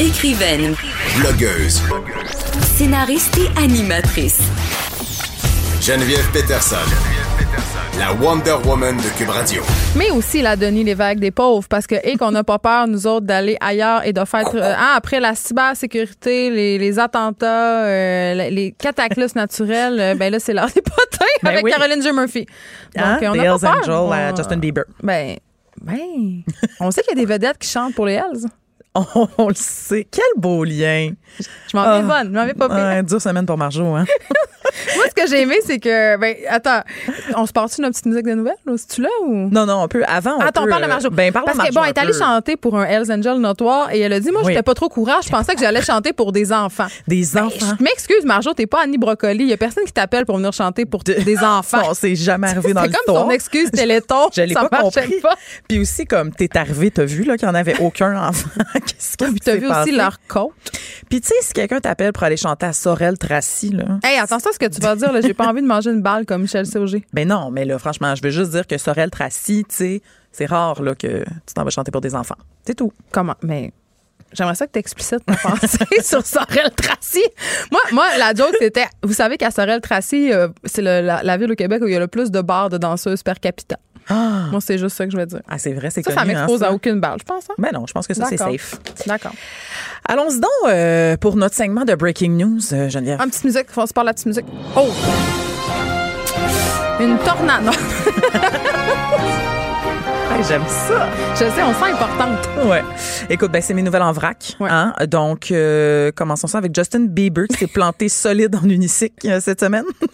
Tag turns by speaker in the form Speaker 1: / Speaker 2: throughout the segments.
Speaker 1: Écrivaine,
Speaker 2: blogueuse,
Speaker 1: scénariste et animatrice.
Speaker 2: Geneviève Peterson, la Wonder Woman de Cube Radio.
Speaker 3: Mais aussi la Denis Lévesque des pauvres, parce que, et qu'on n'a pas peur, nous autres, d'aller ailleurs et de faire. euh, hein, après la cybersécurité, les, les attentats, euh, les- les cataclysmes naturels, euh, ben là, c'est l'heure des potins
Speaker 4: Ben
Speaker 3: avec
Speaker 4: oui.
Speaker 3: Caroline J. Murphy. Donc,
Speaker 4: Hein?
Speaker 3: euh, on
Speaker 4: The
Speaker 3: n'a
Speaker 4: Hells
Speaker 3: pas peur. Ah.
Speaker 4: Angel
Speaker 3: On-
Speaker 4: à Justin Bieber.
Speaker 3: Ben, ben, on sait qu'il y a des vedettes qui chantent pour les Hells.
Speaker 4: On, on le sait. Quel beau lien.
Speaker 3: Je m'en
Speaker 4: Ah.
Speaker 3: vais bonne, je m'en vais pas pire.
Speaker 4: Ouais, dure semaine pour Marjo, hein?
Speaker 3: Moi, ce que j'ai aimé, c'est que, ben, attends, on se part-tu notre petite musique de nouvelles? là? C'est-tu là ou?
Speaker 4: Non, non, on peut. Avant, on
Speaker 3: Attends, on
Speaker 4: peut,
Speaker 3: parle de
Speaker 4: euh,
Speaker 3: Marjo.
Speaker 4: Ben, parle
Speaker 3: Parce
Speaker 4: de
Speaker 3: que,
Speaker 4: Marjo
Speaker 3: bon, elle
Speaker 4: un
Speaker 3: est allée
Speaker 4: peu.
Speaker 3: chanter pour un Hells Angel notoire et elle a dit Moi,
Speaker 4: Oui.
Speaker 3: j'étais pas trop courage, je pensais que j'allais chanter pour des enfants. Ben,
Speaker 4: Des enfants.
Speaker 3: Je m'excuse, Marjo, t'es pas Annie Brocoli. Il y a personne qui t'appelle pour venir chanter pour des enfants.
Speaker 4: Bon, c'est jamais arrivé dans
Speaker 3: C'est comme
Speaker 4: l'histoire.
Speaker 3: ton excuse Téléthon.
Speaker 4: Je l'ai
Speaker 3: ça
Speaker 4: pas
Speaker 3: marchait
Speaker 4: compris.
Speaker 3: pas.
Speaker 4: Puis aussi, comme t'es arrivé, t'as vu là, qu'il n'y en avait aucun enfant. Qu'est-ce que
Speaker 3: Puis t'as vu aussi leur côte.
Speaker 4: Puis tu sais, si quelqu'un t'appelle pour aller chanter à Sorel Tracy, là.
Speaker 3: Hey, attention à ce que tu vas dire, là. J'ai pas envie de manger une balle comme Michel Sauger.
Speaker 4: Ben non, mais là, franchement, je veux juste dire que Sorel Tracy, tu sais, c'est rare là, que tu t'en vas chanter pour des enfants. C'est tout.
Speaker 3: Comment? Mais. J'aimerais ça que tu explicites ta pensée sur Sorel Tracy. Moi, moi, la joke, c'était. Vous savez qu'à Sorel Tracy, euh, c'est le- la, la ville au Québec où il y a le plus de bars de danseuses per capita. Moi, c'est juste ça que je veux dire.
Speaker 4: Ah, c'est vrai, c'est
Speaker 3: Ça,
Speaker 4: connu.
Speaker 3: ça
Speaker 4: hein,
Speaker 3: m'expose
Speaker 4: ça.
Speaker 3: à aucune balle, je pense. hein?
Speaker 4: Ben non, je pense que ça, c'est
Speaker 3: D'accord.
Speaker 4: safe.
Speaker 3: D'accord.
Speaker 4: Allons-y donc euh, pour notre segment de Breaking News, euh, Geneviève.
Speaker 3: Une petite musique, on se parle de la petite musique. Oh! Une tornade. Non, Ah,
Speaker 4: J'aime ça.
Speaker 3: je sais, on sent importante.
Speaker 4: Ouais. Écoute, ben, c'est mes nouvelles en vrac.
Speaker 3: Ouais.
Speaker 4: hein. Donc, euh, commençons ça avec Justin Bieber qui s'est planté solide en unicycle euh, cette semaine.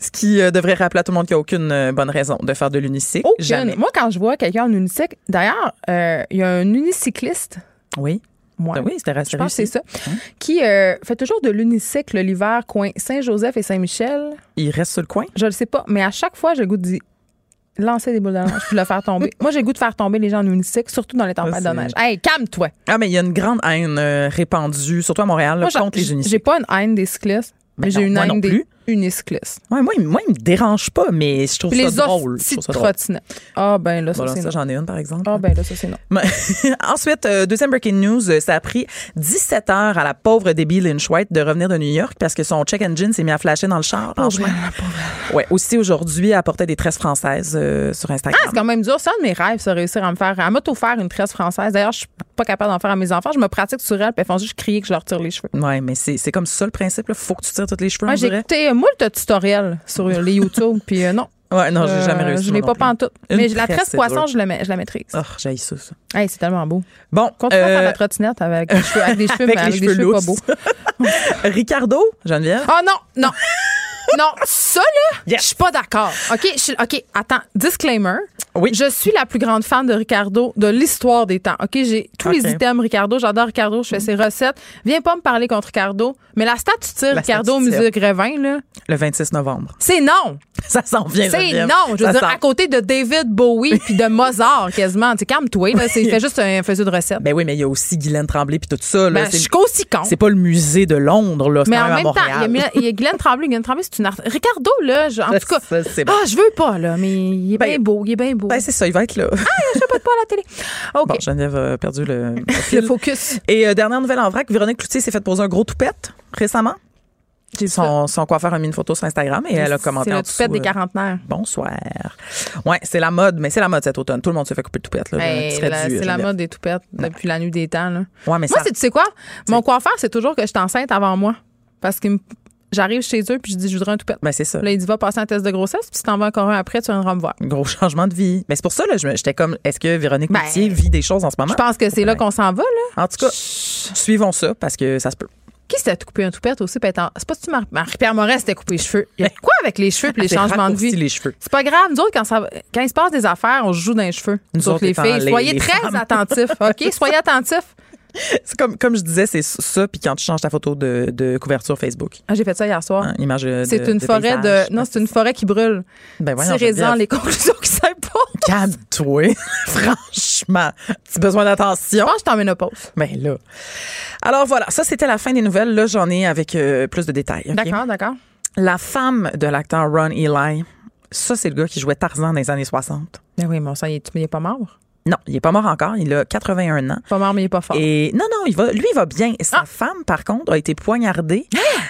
Speaker 4: Ce qui euh, devrait rappeler à tout le monde qu'il n'y a aucune euh, bonne raison de faire de l'unicycle.
Speaker 3: Aucune.
Speaker 4: Jamais.
Speaker 3: Moi, quand je vois quelqu'un en unicycle, d'ailleurs, euh, il y a un unicycliste.
Speaker 4: Oui.
Speaker 3: Moi.
Speaker 4: Ben oui, c'était
Speaker 3: Je
Speaker 4: resté
Speaker 3: pense que c'est ça. Qui euh, fait toujours de l'unicycle l'hiver, coin Saint-Joseph et Saint-Michel.
Speaker 4: Il reste sur le coin.
Speaker 3: Je le sais pas, mais à chaque fois, j'ai le goût de dire, lancer des boules de neige puis le faire tomber. Moi, j'ai le goût de faire tomber les gens en unicycle, surtout dans les tempêtes de
Speaker 4: c'est-
Speaker 3: neige. Hey, calme-toi.
Speaker 4: Ah, mais il y a une grande haine euh, répandue, surtout à Montréal, là,
Speaker 3: Moi, j'en-
Speaker 4: contre les
Speaker 3: J'ai
Speaker 4: unicycles.
Speaker 3: pas une haine des cyclistes, mais,
Speaker 4: Mais
Speaker 3: j'ai
Speaker 4: non,
Speaker 3: une
Speaker 4: moi non
Speaker 3: haine des
Speaker 4: plus.
Speaker 3: unicyclistes.
Speaker 4: Ouais, moi, il- moi, il me dérange pas, mais je trouve
Speaker 3: Puis
Speaker 4: ça
Speaker 3: les
Speaker 4: drôle. Je
Speaker 3: hosties de
Speaker 4: trouve ça drôle.
Speaker 3: trottinettes. Ah, ben là, ça,
Speaker 4: Voilà,
Speaker 3: c'est
Speaker 4: ça,
Speaker 3: non.
Speaker 4: j'en ai une, par exemple.
Speaker 3: Ah, ben là, ça, c'est non.
Speaker 4: Mais- Ensuite, euh, deuxième breaking news, euh, ça a pris 17 heures à la pauvre Debbie Lynch White de revenir de New York parce que son check engine s'est mis à flasher dans le char. en chemin. Ouais, aussi aujourd'hui, elle portait des tresses françaises euh, sur Instagram.
Speaker 3: Ah, C'est quand même dur. C'est un de mes rêves, ça, réussir à me faire, à m'auto-faire une tresse française. D'ailleurs, je suis pas capable d'en faire à mes enfants. Je me pratique sur elles, puis elles font juste crier que je leur tire les cheveux.
Speaker 4: Ouais, mais c'est c'est comme ça le principe. Là. Faut que tu tires tous les cheveux,
Speaker 3: Moi,
Speaker 4: on
Speaker 3: j'ai
Speaker 4: dirait.
Speaker 3: écouté euh, moult tutoriels sur euh, les YouTube, puis euh, non.
Speaker 4: Ouais, non, j'ai
Speaker 3: Euh,
Speaker 4: jamais réussi.
Speaker 3: Je
Speaker 4: moi
Speaker 3: l'ai
Speaker 4: non
Speaker 3: pas
Speaker 4: plus.
Speaker 3: pantoute.
Speaker 4: Une
Speaker 3: Mais la
Speaker 4: tresse,
Speaker 3: tresse
Speaker 4: c'est
Speaker 3: poisson,
Speaker 4: dur.
Speaker 3: je, la ma- je la maîtrise.
Speaker 4: Oh, j'ai ça, ça.
Speaker 3: Hey, c'est tellement beau.
Speaker 4: Bon,
Speaker 3: Continue à faire
Speaker 4: euh,
Speaker 3: la trottinette avec, des cheveux- avec des cheveux, mais avec des cheveux pas
Speaker 4: lousses.
Speaker 3: beaux.
Speaker 4: Ricardo, Geneviève.
Speaker 3: Ah non, non. non, ça là,
Speaker 4: Yes.
Speaker 3: je suis pas d'accord. OK, je suis- OK, attends, disclaimer.
Speaker 4: Oui.
Speaker 3: Je suis la plus grande fan de Ricardo de l'histoire des temps. OK, j'ai tous
Speaker 4: OK.
Speaker 3: les items Ricardo, j'adore Ricardo, je fais ses recettes. Viens pas me parler contre Ricardo, mais la statue de tir
Speaker 4: La
Speaker 3: Ricardo au
Speaker 4: statue de tir.
Speaker 3: musée Grévin là,
Speaker 4: Le 26 novembre.
Speaker 3: c'est non.
Speaker 4: Ça s'en vient,
Speaker 3: C'est
Speaker 4: Geneviève.
Speaker 3: non, je veux
Speaker 4: Ça
Speaker 3: dire
Speaker 4: s'en
Speaker 3: à côté de David Bowie puis de Mozart quasiment, tu sais, calme-toi là, c'est il fait juste un faisceau de recettes.
Speaker 4: Ben oui, mais il y a aussi Guylaine Tremblay puis tout ça. là.
Speaker 3: Ben, je
Speaker 4: C'est-
Speaker 3: suis aussi con.
Speaker 4: c'est pas le musée de Londres, là. c'est
Speaker 3: Mais
Speaker 4: quand
Speaker 3: en
Speaker 4: à
Speaker 3: même temps, il y a,
Speaker 4: Montréal.
Speaker 3: Mila- il y a Glenn Tremblay. Glenn Tremblay, c'est une artiste. Ricardo, là, je- en
Speaker 4: Ça,
Speaker 3: tout cas.
Speaker 4: ça, c'est bon.
Speaker 3: ah, je veux pas, là, mais il est
Speaker 4: Ben,
Speaker 3: bien beau, il est bien beau.
Speaker 4: Ben, c'est ça, il va être là.
Speaker 3: pas de pas à la télé. Ah, OK.
Speaker 4: Bon, Geneviève a perdu le, le fil.
Speaker 3: le focus.
Speaker 4: Et euh, dernière nouvelle en vrac, Véronique Cloutier s'est faite poser un gros toupette récemment.
Speaker 3: J'ai
Speaker 4: Son, son coiffeur a mis une photo sur Instagram et elle a commenté
Speaker 3: C'est
Speaker 4: en
Speaker 3: le
Speaker 4: dessous,
Speaker 3: toupette des
Speaker 4: euh,
Speaker 3: quarantenaires.
Speaker 4: Bonsoir. Ouais, c'est la mode, mais c'est la mode cet automne. Tout le monde se fait couper le toupette. Là,
Speaker 3: Hey,
Speaker 4: Tu serais
Speaker 3: Ben, la-
Speaker 4: dû,
Speaker 3: c'est la
Speaker 4: Geneviève.
Speaker 3: mode des toupettes depuis la nuit des temps. Là.
Speaker 4: Ouais, mais
Speaker 3: Moi,
Speaker 4: ça-
Speaker 3: c'est, tu sais quoi? Mon coiffeur, c'est toujours que je suis enceinte avant moi. Parce que m- j'arrive chez eux puis je dis, je voudrais un toupette.
Speaker 4: Ben, c'est ça.
Speaker 3: Là, il dit, va passer un test de grossesse puis si t'en vas encore un après, tu viendras me voir.
Speaker 4: Un Gros changement de vie. Mais c'est pour ça, là, je me- j'étais comme, est-ce que Véronique
Speaker 3: Ben,
Speaker 4: Cloutier vit des choses en ce moment?
Speaker 3: Je pense que c'est là qu'on s'en va, là.
Speaker 4: En tout cas, suivons ça parce que ça se peut.
Speaker 3: Qui s'était coupé un toupette aussi? puis être en- C'est pas tu Mar- Marie-Pierre Moret s'était coupé les cheveux. Il y a de quoi avec les cheveux puis les
Speaker 4: Ah, C'est
Speaker 3: changements de
Speaker 4: raccourci,
Speaker 3: vie?
Speaker 4: les cheveux.
Speaker 3: C'est pas grave, nous autres, quand, ça, quand il se passe des affaires, on se joue dans les cheveux.
Speaker 4: Nous
Speaker 3: Sauf
Speaker 4: autres
Speaker 3: les
Speaker 4: étant
Speaker 3: filles.
Speaker 4: les-
Speaker 3: soyez
Speaker 4: les
Speaker 3: très
Speaker 4: femmes.
Speaker 3: attentifs, OK? Soyez attentifs.
Speaker 4: C'est comme, comme je disais, c'est ça, puis quand tu changes ta photo de, de couverture Facebook.
Speaker 3: Ah, j'ai fait ça hier soir.
Speaker 4: Hein, image de-
Speaker 3: C'est une
Speaker 4: de
Speaker 3: forêt
Speaker 4: paysage.
Speaker 3: de. Non, c'est une forêt qui brûle.
Speaker 4: Ben voyons,
Speaker 3: Tirez-en
Speaker 4: Geneviève.
Speaker 3: les conclusions qui s'imposent.
Speaker 4: Calme-toi. Franchement, tu as besoin d'attention.
Speaker 3: Je pense que je t'en ménopause.
Speaker 4: Ben là. Alors voilà, ça c'était la fin des nouvelles. Là, j'en ai avec euh, plus de détails. ok?
Speaker 3: D'accord, d'accord.
Speaker 4: La femme de l'acteur Ron Eli, ça c'est le gars qui jouait Tarzan dans les années 60.
Speaker 3: Ben oui, mon sang, il est, mais il est pas mort.
Speaker 4: Non, il est pas mort encore, il a 81 ans.
Speaker 3: Pas mort, mais il est pas Ah! fort.
Speaker 4: Et non, non, il va, lui, il va bien. Sa femme, par contre, a été poignardée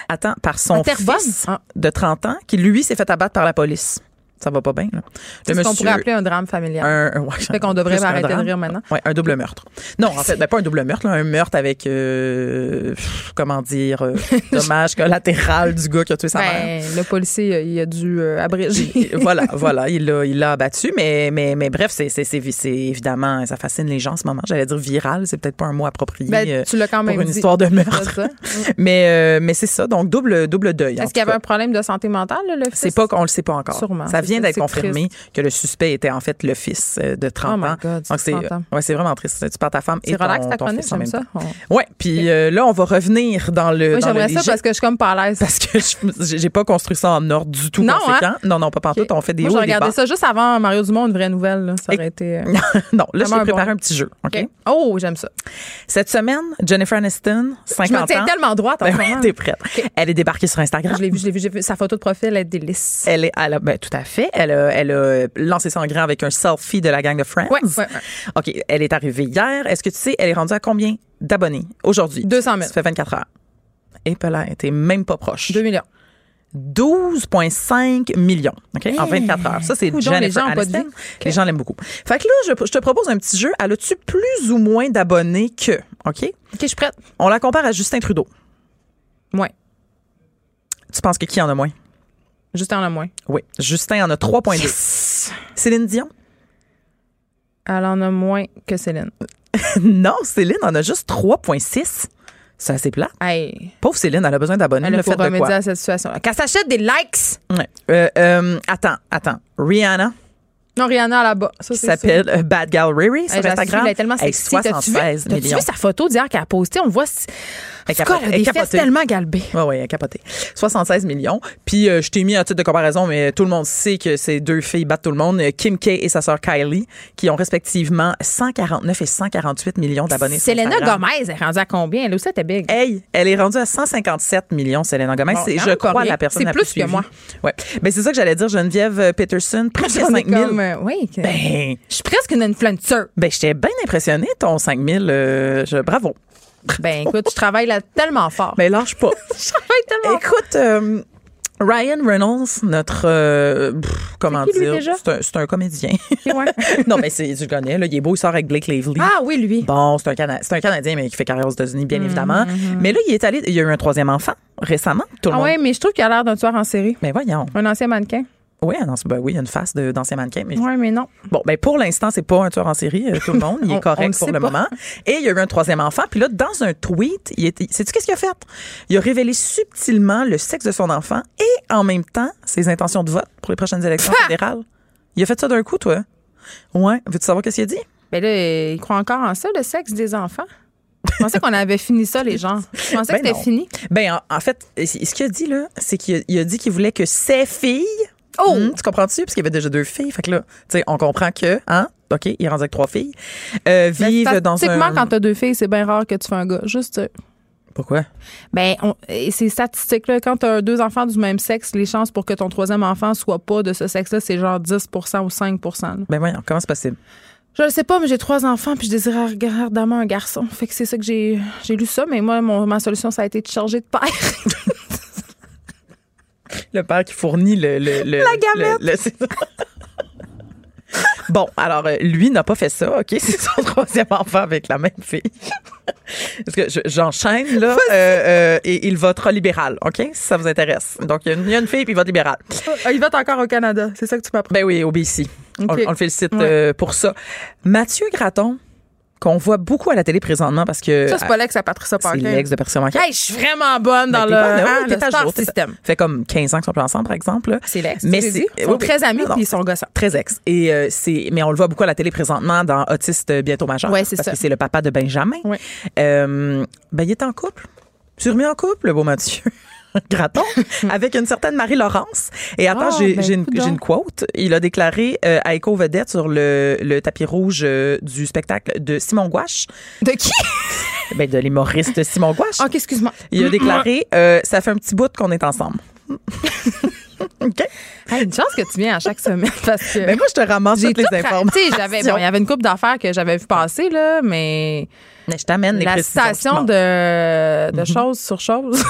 Speaker 4: attends, par son
Speaker 3: Interbonne.
Speaker 4: fils
Speaker 3: Ah.
Speaker 4: de 30 ans qui, lui, s'est fait abattre par la police. Ça va pas bien, là.
Speaker 3: C'est
Speaker 4: Le
Speaker 3: ce qu'on
Speaker 4: monsieur-
Speaker 3: pourrait appeler un drame familial.
Speaker 4: un, un- ouais,
Speaker 3: Fait qu'on devrait
Speaker 4: plus qu'un
Speaker 3: arrêter de
Speaker 4: drame.
Speaker 3: rire maintenant.
Speaker 4: Ouais, un double meurtre. Non, en fait, ben, pas un double meurtre, là, un meurtre avec, euh, pff, comment dire, euh, dommage collatéral du gars qui a tué sa mère.
Speaker 3: Ben, le policier, euh, il a dû euh, abréger.
Speaker 4: Et voilà, voilà, il l'a, il l'a abattu, mais, mais, mais bref, c'est, c'est, c'est, c'est évidemment, ça fascine les gens en ce moment. J'allais dire viral, c'est peut-être pas un mot approprié
Speaker 3: Ben,
Speaker 4: euh,
Speaker 3: tu l'as quand même
Speaker 4: pour une
Speaker 3: dit.
Speaker 4: histoire de
Speaker 3: C'est
Speaker 4: meurtre.
Speaker 3: ça.
Speaker 4: Mais, euh, mais c'est ça, donc double, double deuil. en
Speaker 3: Est-ce qu'il y
Speaker 4: tout
Speaker 3: avait
Speaker 4: cas.
Speaker 3: un problème de santé mentale, là, le fils?
Speaker 4: C'est pas qu'on le sait pas encore.
Speaker 3: Sûrement.
Speaker 4: Ça
Speaker 3: C'est ça,
Speaker 4: vient d'être
Speaker 3: c'est
Speaker 4: confirmé que le suspect était en fait le fils euh, de 30
Speaker 3: Oh my
Speaker 4: ans.
Speaker 3: God, c'est
Speaker 4: Donc, c'est
Speaker 3: 30 ans.
Speaker 4: ouais, c'est vraiment triste. Tu perds ta femme et
Speaker 3: C'est
Speaker 4: ton,
Speaker 3: relax, ta
Speaker 4: ton
Speaker 3: chronique,
Speaker 4: fils en
Speaker 3: j'aime
Speaker 4: même
Speaker 3: ça.
Speaker 4: temps.
Speaker 3: On-
Speaker 4: Ouais, puis euh, là on va revenir dans le
Speaker 3: Moi,
Speaker 4: dans le
Speaker 3: j'aimerais ça
Speaker 4: léger,
Speaker 3: parce que je suis comme pas à l'aise.
Speaker 4: parce que je- j'ai pas construit ça en ordre du tout
Speaker 3: Non, hein?
Speaker 4: conséquent. Non non, pas partout,
Speaker 3: Ok.
Speaker 4: on fait des
Speaker 3: Moi,
Speaker 4: hauts
Speaker 3: je
Speaker 4: et des
Speaker 3: regardais
Speaker 4: bas.
Speaker 3: ça juste avant Mario Dumont, une vraie nouvelle. là. Ça
Speaker 4: Et-
Speaker 3: aurait été. euh,
Speaker 4: non, là je
Speaker 3: Vraiment
Speaker 4: vais
Speaker 3: un
Speaker 4: préparer
Speaker 3: bon.
Speaker 4: un petit jeu, OK?
Speaker 3: ok. Oh, j'aime ça.
Speaker 4: Cette semaine, Jennifer Aniston, 50
Speaker 3: Je me tiens
Speaker 4: ans.
Speaker 3: tellement droite en
Speaker 4: Ben
Speaker 3: ce
Speaker 4: oui,
Speaker 3: moment.
Speaker 4: t'es prête. Elle est débarquée sur Instagram.
Speaker 3: Je l'ai vu, je l'ai vu, j'ai vu. Sa photo de profil est délice.
Speaker 4: Elle est, elle a- ben, tout à fait. Elle a, elle a lancé ça en grand avec un selfie de la gang de Friends.
Speaker 3: Ouais, ouais, ouais.
Speaker 4: OK. Elle est arrivée hier. Est-ce que tu sais, elle est rendue à combien d'abonnés aujourd'hui?
Speaker 3: 200 000.
Speaker 4: Ça fait 24 heures. Et Pelin, t'es même pas proche.
Speaker 3: 2 millions.
Speaker 4: 12,5 millions. OK? En 24 heures. Ça, c'est
Speaker 3: Coudonc,
Speaker 4: Jennifer
Speaker 3: les gens ont pas de
Speaker 4: Aniston.
Speaker 3: vie.
Speaker 4: Les gens l'aiment beaucoup. Fait que là, je, je te propose un petit jeu. Elle a-tu plus ou moins d'abonnés que? OK?
Speaker 3: Ok, je suis prête.
Speaker 4: On la compare à Justin Trudeau.
Speaker 3: Moins.
Speaker 4: Tu penses que qui en a moins?
Speaker 3: Juste en le moins.
Speaker 4: Oui. Justin en a 3,2. Céline Dion?
Speaker 3: Elle en a moins que Céline.
Speaker 4: Non, Céline en a juste 3,6. C'est assez plat.
Speaker 3: Hey,
Speaker 4: Pauvre Céline, elle a besoin d'abonnés.
Speaker 3: elle
Speaker 4: Le
Speaker 3: a pour
Speaker 4: fait de
Speaker 3: remédier
Speaker 4: quoi?
Speaker 3: à cette situation. Qu'elle s'achète des likes.
Speaker 4: Ouais. Euh, euh, attends, attends. Rihanna,
Speaker 3: Non, Rihanna là-bas. Ça,
Speaker 4: qui
Speaker 3: c'est
Speaker 4: s'appelle euh, Bad Girl Riri
Speaker 3: sûr. Hey,
Speaker 4: sur
Speaker 3: j'ai assis,
Speaker 4: Instagram.
Speaker 3: Elle est tellement
Speaker 4: Hey,
Speaker 3: sexy. T'as-tu vu,
Speaker 4: 76
Speaker 3: t'as-tu
Speaker 4: millions.
Speaker 3: vu sa photo d'hier qu'elle a postée? On voit. si-
Speaker 4: Elle
Speaker 3: En tout cas, elle a
Speaker 4: capote-
Speaker 3: des
Speaker 4: elle
Speaker 3: fesses
Speaker 4: capote.
Speaker 3: tellement galbées.
Speaker 4: Oui, oui, elle a capoté. 76 millions. Puis, euh, je t'ai mis un titre de comparaison, mais tout le monde sait que ces deux filles battent tout le monde. Euh, Kim K et sa sœur Kylie, qui ont respectivement 149 et 148 millions d'abonnés sur
Speaker 3: Selena
Speaker 4: Instagram.
Speaker 3: Gomez est rendue à combien? Elle aussi, elle était big.
Speaker 4: Hey, elle est rendue à 157 millions, Selena Gomez.
Speaker 3: Bon,
Speaker 4: c'est,
Speaker 3: quand
Speaker 4: je
Speaker 3: même pas
Speaker 4: crois,
Speaker 3: rien.
Speaker 4: la personne
Speaker 3: C'est
Speaker 4: la
Speaker 3: plus
Speaker 4: plus,
Speaker 3: que
Speaker 4: suivie.
Speaker 3: moi.
Speaker 4: Ouais. Ben, c'est ça que j'allais dire, Geneviève euh, Peterson, presque
Speaker 3: On est
Speaker 4: 5 000.
Speaker 3: comme, euh, oui, que-
Speaker 4: Ben,
Speaker 3: je suis presque une influencer.
Speaker 4: ben, j'étais bien impressionnée, ton 5 000. euh, je- bravo.
Speaker 3: Ben écoute, je travaille là tellement fort.
Speaker 4: Mais lâche pas.
Speaker 3: je travaille tellement fort.
Speaker 4: Écoute, euh, Ryan Reynolds, notre. euh, pff, comment
Speaker 3: C'est qui, lui,
Speaker 4: dire?
Speaker 3: déjà?
Speaker 4: C'est un, c'est un comédien.
Speaker 3: Ok, ouais.
Speaker 4: non, mais c'est, tu le connais, là, il est beau, il sort avec Blake Lively.
Speaker 3: Ah oui, lui.
Speaker 4: Bon, c'est un, Cana- c'est un Canadien, mais qui fait carrière aux États-Unis, bien évidemment. Mais là, il est allé. Il y a eu un troisième enfant récemment. Tout
Speaker 3: Mm-hmm.
Speaker 4: le
Speaker 3: Ah
Speaker 4: monde.
Speaker 3: ouais, mais je trouve qu'il a l'air d'un tueur en série.
Speaker 4: Mais voyons.
Speaker 3: Un ancien mannequin.
Speaker 4: Oui, ah non, c'est- ben oui, il y a une face de- d'ancien mannequin. Mais
Speaker 3: Ouais, mais non.
Speaker 4: bon, ben pour l'instant, c'est pas un tueur en série, euh, tout le monde. Il
Speaker 3: On-
Speaker 4: est
Speaker 3: on
Speaker 4: correct
Speaker 3: le
Speaker 4: pour
Speaker 3: sait
Speaker 4: le
Speaker 3: pas.
Speaker 4: moment. Et il y a eu un troisième enfant. Puis là, dans un tweet, il était. Sais-tu qu'est-ce qu'il a fait? Il a révélé subtilement le sexe de son enfant et en même temps ses intentions de vote pour les prochaines élections fédérales. Il a fait ça d'un coup, toi? Ouais. Veux-tu savoir qu'est-ce qu'il a dit?
Speaker 3: Ben là, euh, il croit encore en ça, le sexe des enfants. Je pensais qu'on avait fini ça, les gens. Je pensais
Speaker 4: Ben
Speaker 3: que
Speaker 4: non.
Speaker 3: c'était fini.
Speaker 4: Ben, en, en fait, c- ce qu'il a dit, là, c'est qu'il a, il a dit qu'il voulait que ses filles.
Speaker 3: Oh!
Speaker 4: Hmm, tu comprends-tu? Parce qu'il y avait déjà deux filles. Fait que là, tu sais, on comprend que, hein? OK, il est rendu avec trois filles. Euh, vivent dans
Speaker 3: Ben, Statistiquement,
Speaker 4: un.
Speaker 3: quand t'as deux filles, c'est bien rare que tu fais un gars. Juste. euh,
Speaker 4: Pourquoi?
Speaker 3: Ben, on- et ces statistiques-là, quand t'as deux enfants du même sexe, les chances pour que ton troisième enfant soit pas de ce sexe-là, c'est genre 10 ou 5 là.
Speaker 4: Ben voyons, comment c'est possible?
Speaker 3: Je le sais pas, mais j'ai trois enfants puis je désirais ardemment un garçon. Fait que c'est ça que j'ai, j'ai lu ça, mais moi, mon, ma solution, ça a été de changer de père.
Speaker 4: Le père qui fournit le... La
Speaker 3: gamète.
Speaker 4: Bon, alors, euh, lui n'a pas fait ça, OK? C'est son troisième enfant avec la même fille. Parce que je- j'enchaîne, là, euh, euh, et il votera libéral, OK? Si ça vous intéresse. Donc, il y a une, il y a une fille, puis il vote libéral.
Speaker 3: Il vote encore au Canada. C'est ça que tu m'apprends.
Speaker 4: Ben oui, au BC. On-
Speaker 3: OK.
Speaker 4: On, le félicite
Speaker 3: Ouais.
Speaker 4: euh, pour ça. Mathieu Graton, qu'on voit beaucoup à la télé présentement parce que. ah,
Speaker 3: Ça, c'est pas l'ex à Patricia
Speaker 4: Euh, c'est
Speaker 3: Parker.
Speaker 4: l'ex de Percy Manquin.
Speaker 3: Hey, je suis vraiment bonne dans
Speaker 4: Ben,
Speaker 3: le,
Speaker 4: t'es bonne,
Speaker 3: hein,
Speaker 4: oui, t'es
Speaker 3: le
Speaker 4: à
Speaker 3: star
Speaker 4: jour, t'es-
Speaker 3: système.
Speaker 4: fait comme 15 ans qu'ils sont plus ensemble, par exemple.
Speaker 3: C'est l'ex. Mais
Speaker 4: c'est-
Speaker 3: Ils sont
Speaker 4: oui, oui.
Speaker 3: très amis
Speaker 4: Non, non.
Speaker 3: puis ils sont gossants.
Speaker 4: Très ex. Et euh, c'est, mais on le voit beaucoup à la télé présentement dans Autiste euh, bientôt majeur.
Speaker 3: Ouais, c'est
Speaker 4: parce
Speaker 3: ça.
Speaker 4: que c'est le papa de Benjamin.
Speaker 3: Ouais.
Speaker 4: Euh, ben, il est en couple. Tu remis en couple, le beau Mathieu. Graton, avec une certaine Marie-Laurence. Et attends,
Speaker 3: Ah,
Speaker 4: j'ai,
Speaker 3: ben,
Speaker 4: j'ai une,
Speaker 3: coudonc.
Speaker 4: j'ai une quote. Il a déclaré euh, à Echo Vedette sur le, le tapis rouge euh, du spectacle de Simon Gouache,
Speaker 3: De qui?
Speaker 4: ben, de l'humoriste Simon Gouache.
Speaker 3: OK, excuse-moi.
Speaker 4: Il a déclaré euh, Ça fait un petit bout qu'on est ensemble. OK.
Speaker 3: Hey, une chance que tu viens à chaque semaine parce que.
Speaker 4: Mais moi, je te ramasse
Speaker 3: Ben, j'ai
Speaker 4: toutes les
Speaker 3: tout ra-
Speaker 4: informations.
Speaker 3: Tu sais, j'avais, bon, il y avait une coupe d'affaires que j'avais vu passer, là, mais
Speaker 4: Mais je t'amène les
Speaker 3: la
Speaker 4: précisions, je te
Speaker 3: citation
Speaker 4: montre.
Speaker 3: de, de choses sur choses.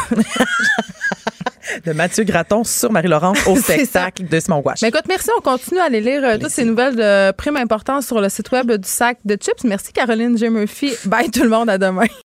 Speaker 4: de Mathieu Graton sur Marie-Laurence au
Speaker 3: C'est ça.
Speaker 4: spectacle de Simon Gouache.
Speaker 3: mais écoute, merci. On continue à aller lire euh, toutes ces nouvelles de prime importance sur le site web du sac de chips. Merci, Caroline J. Murphy. Bye, tout le monde. À demain.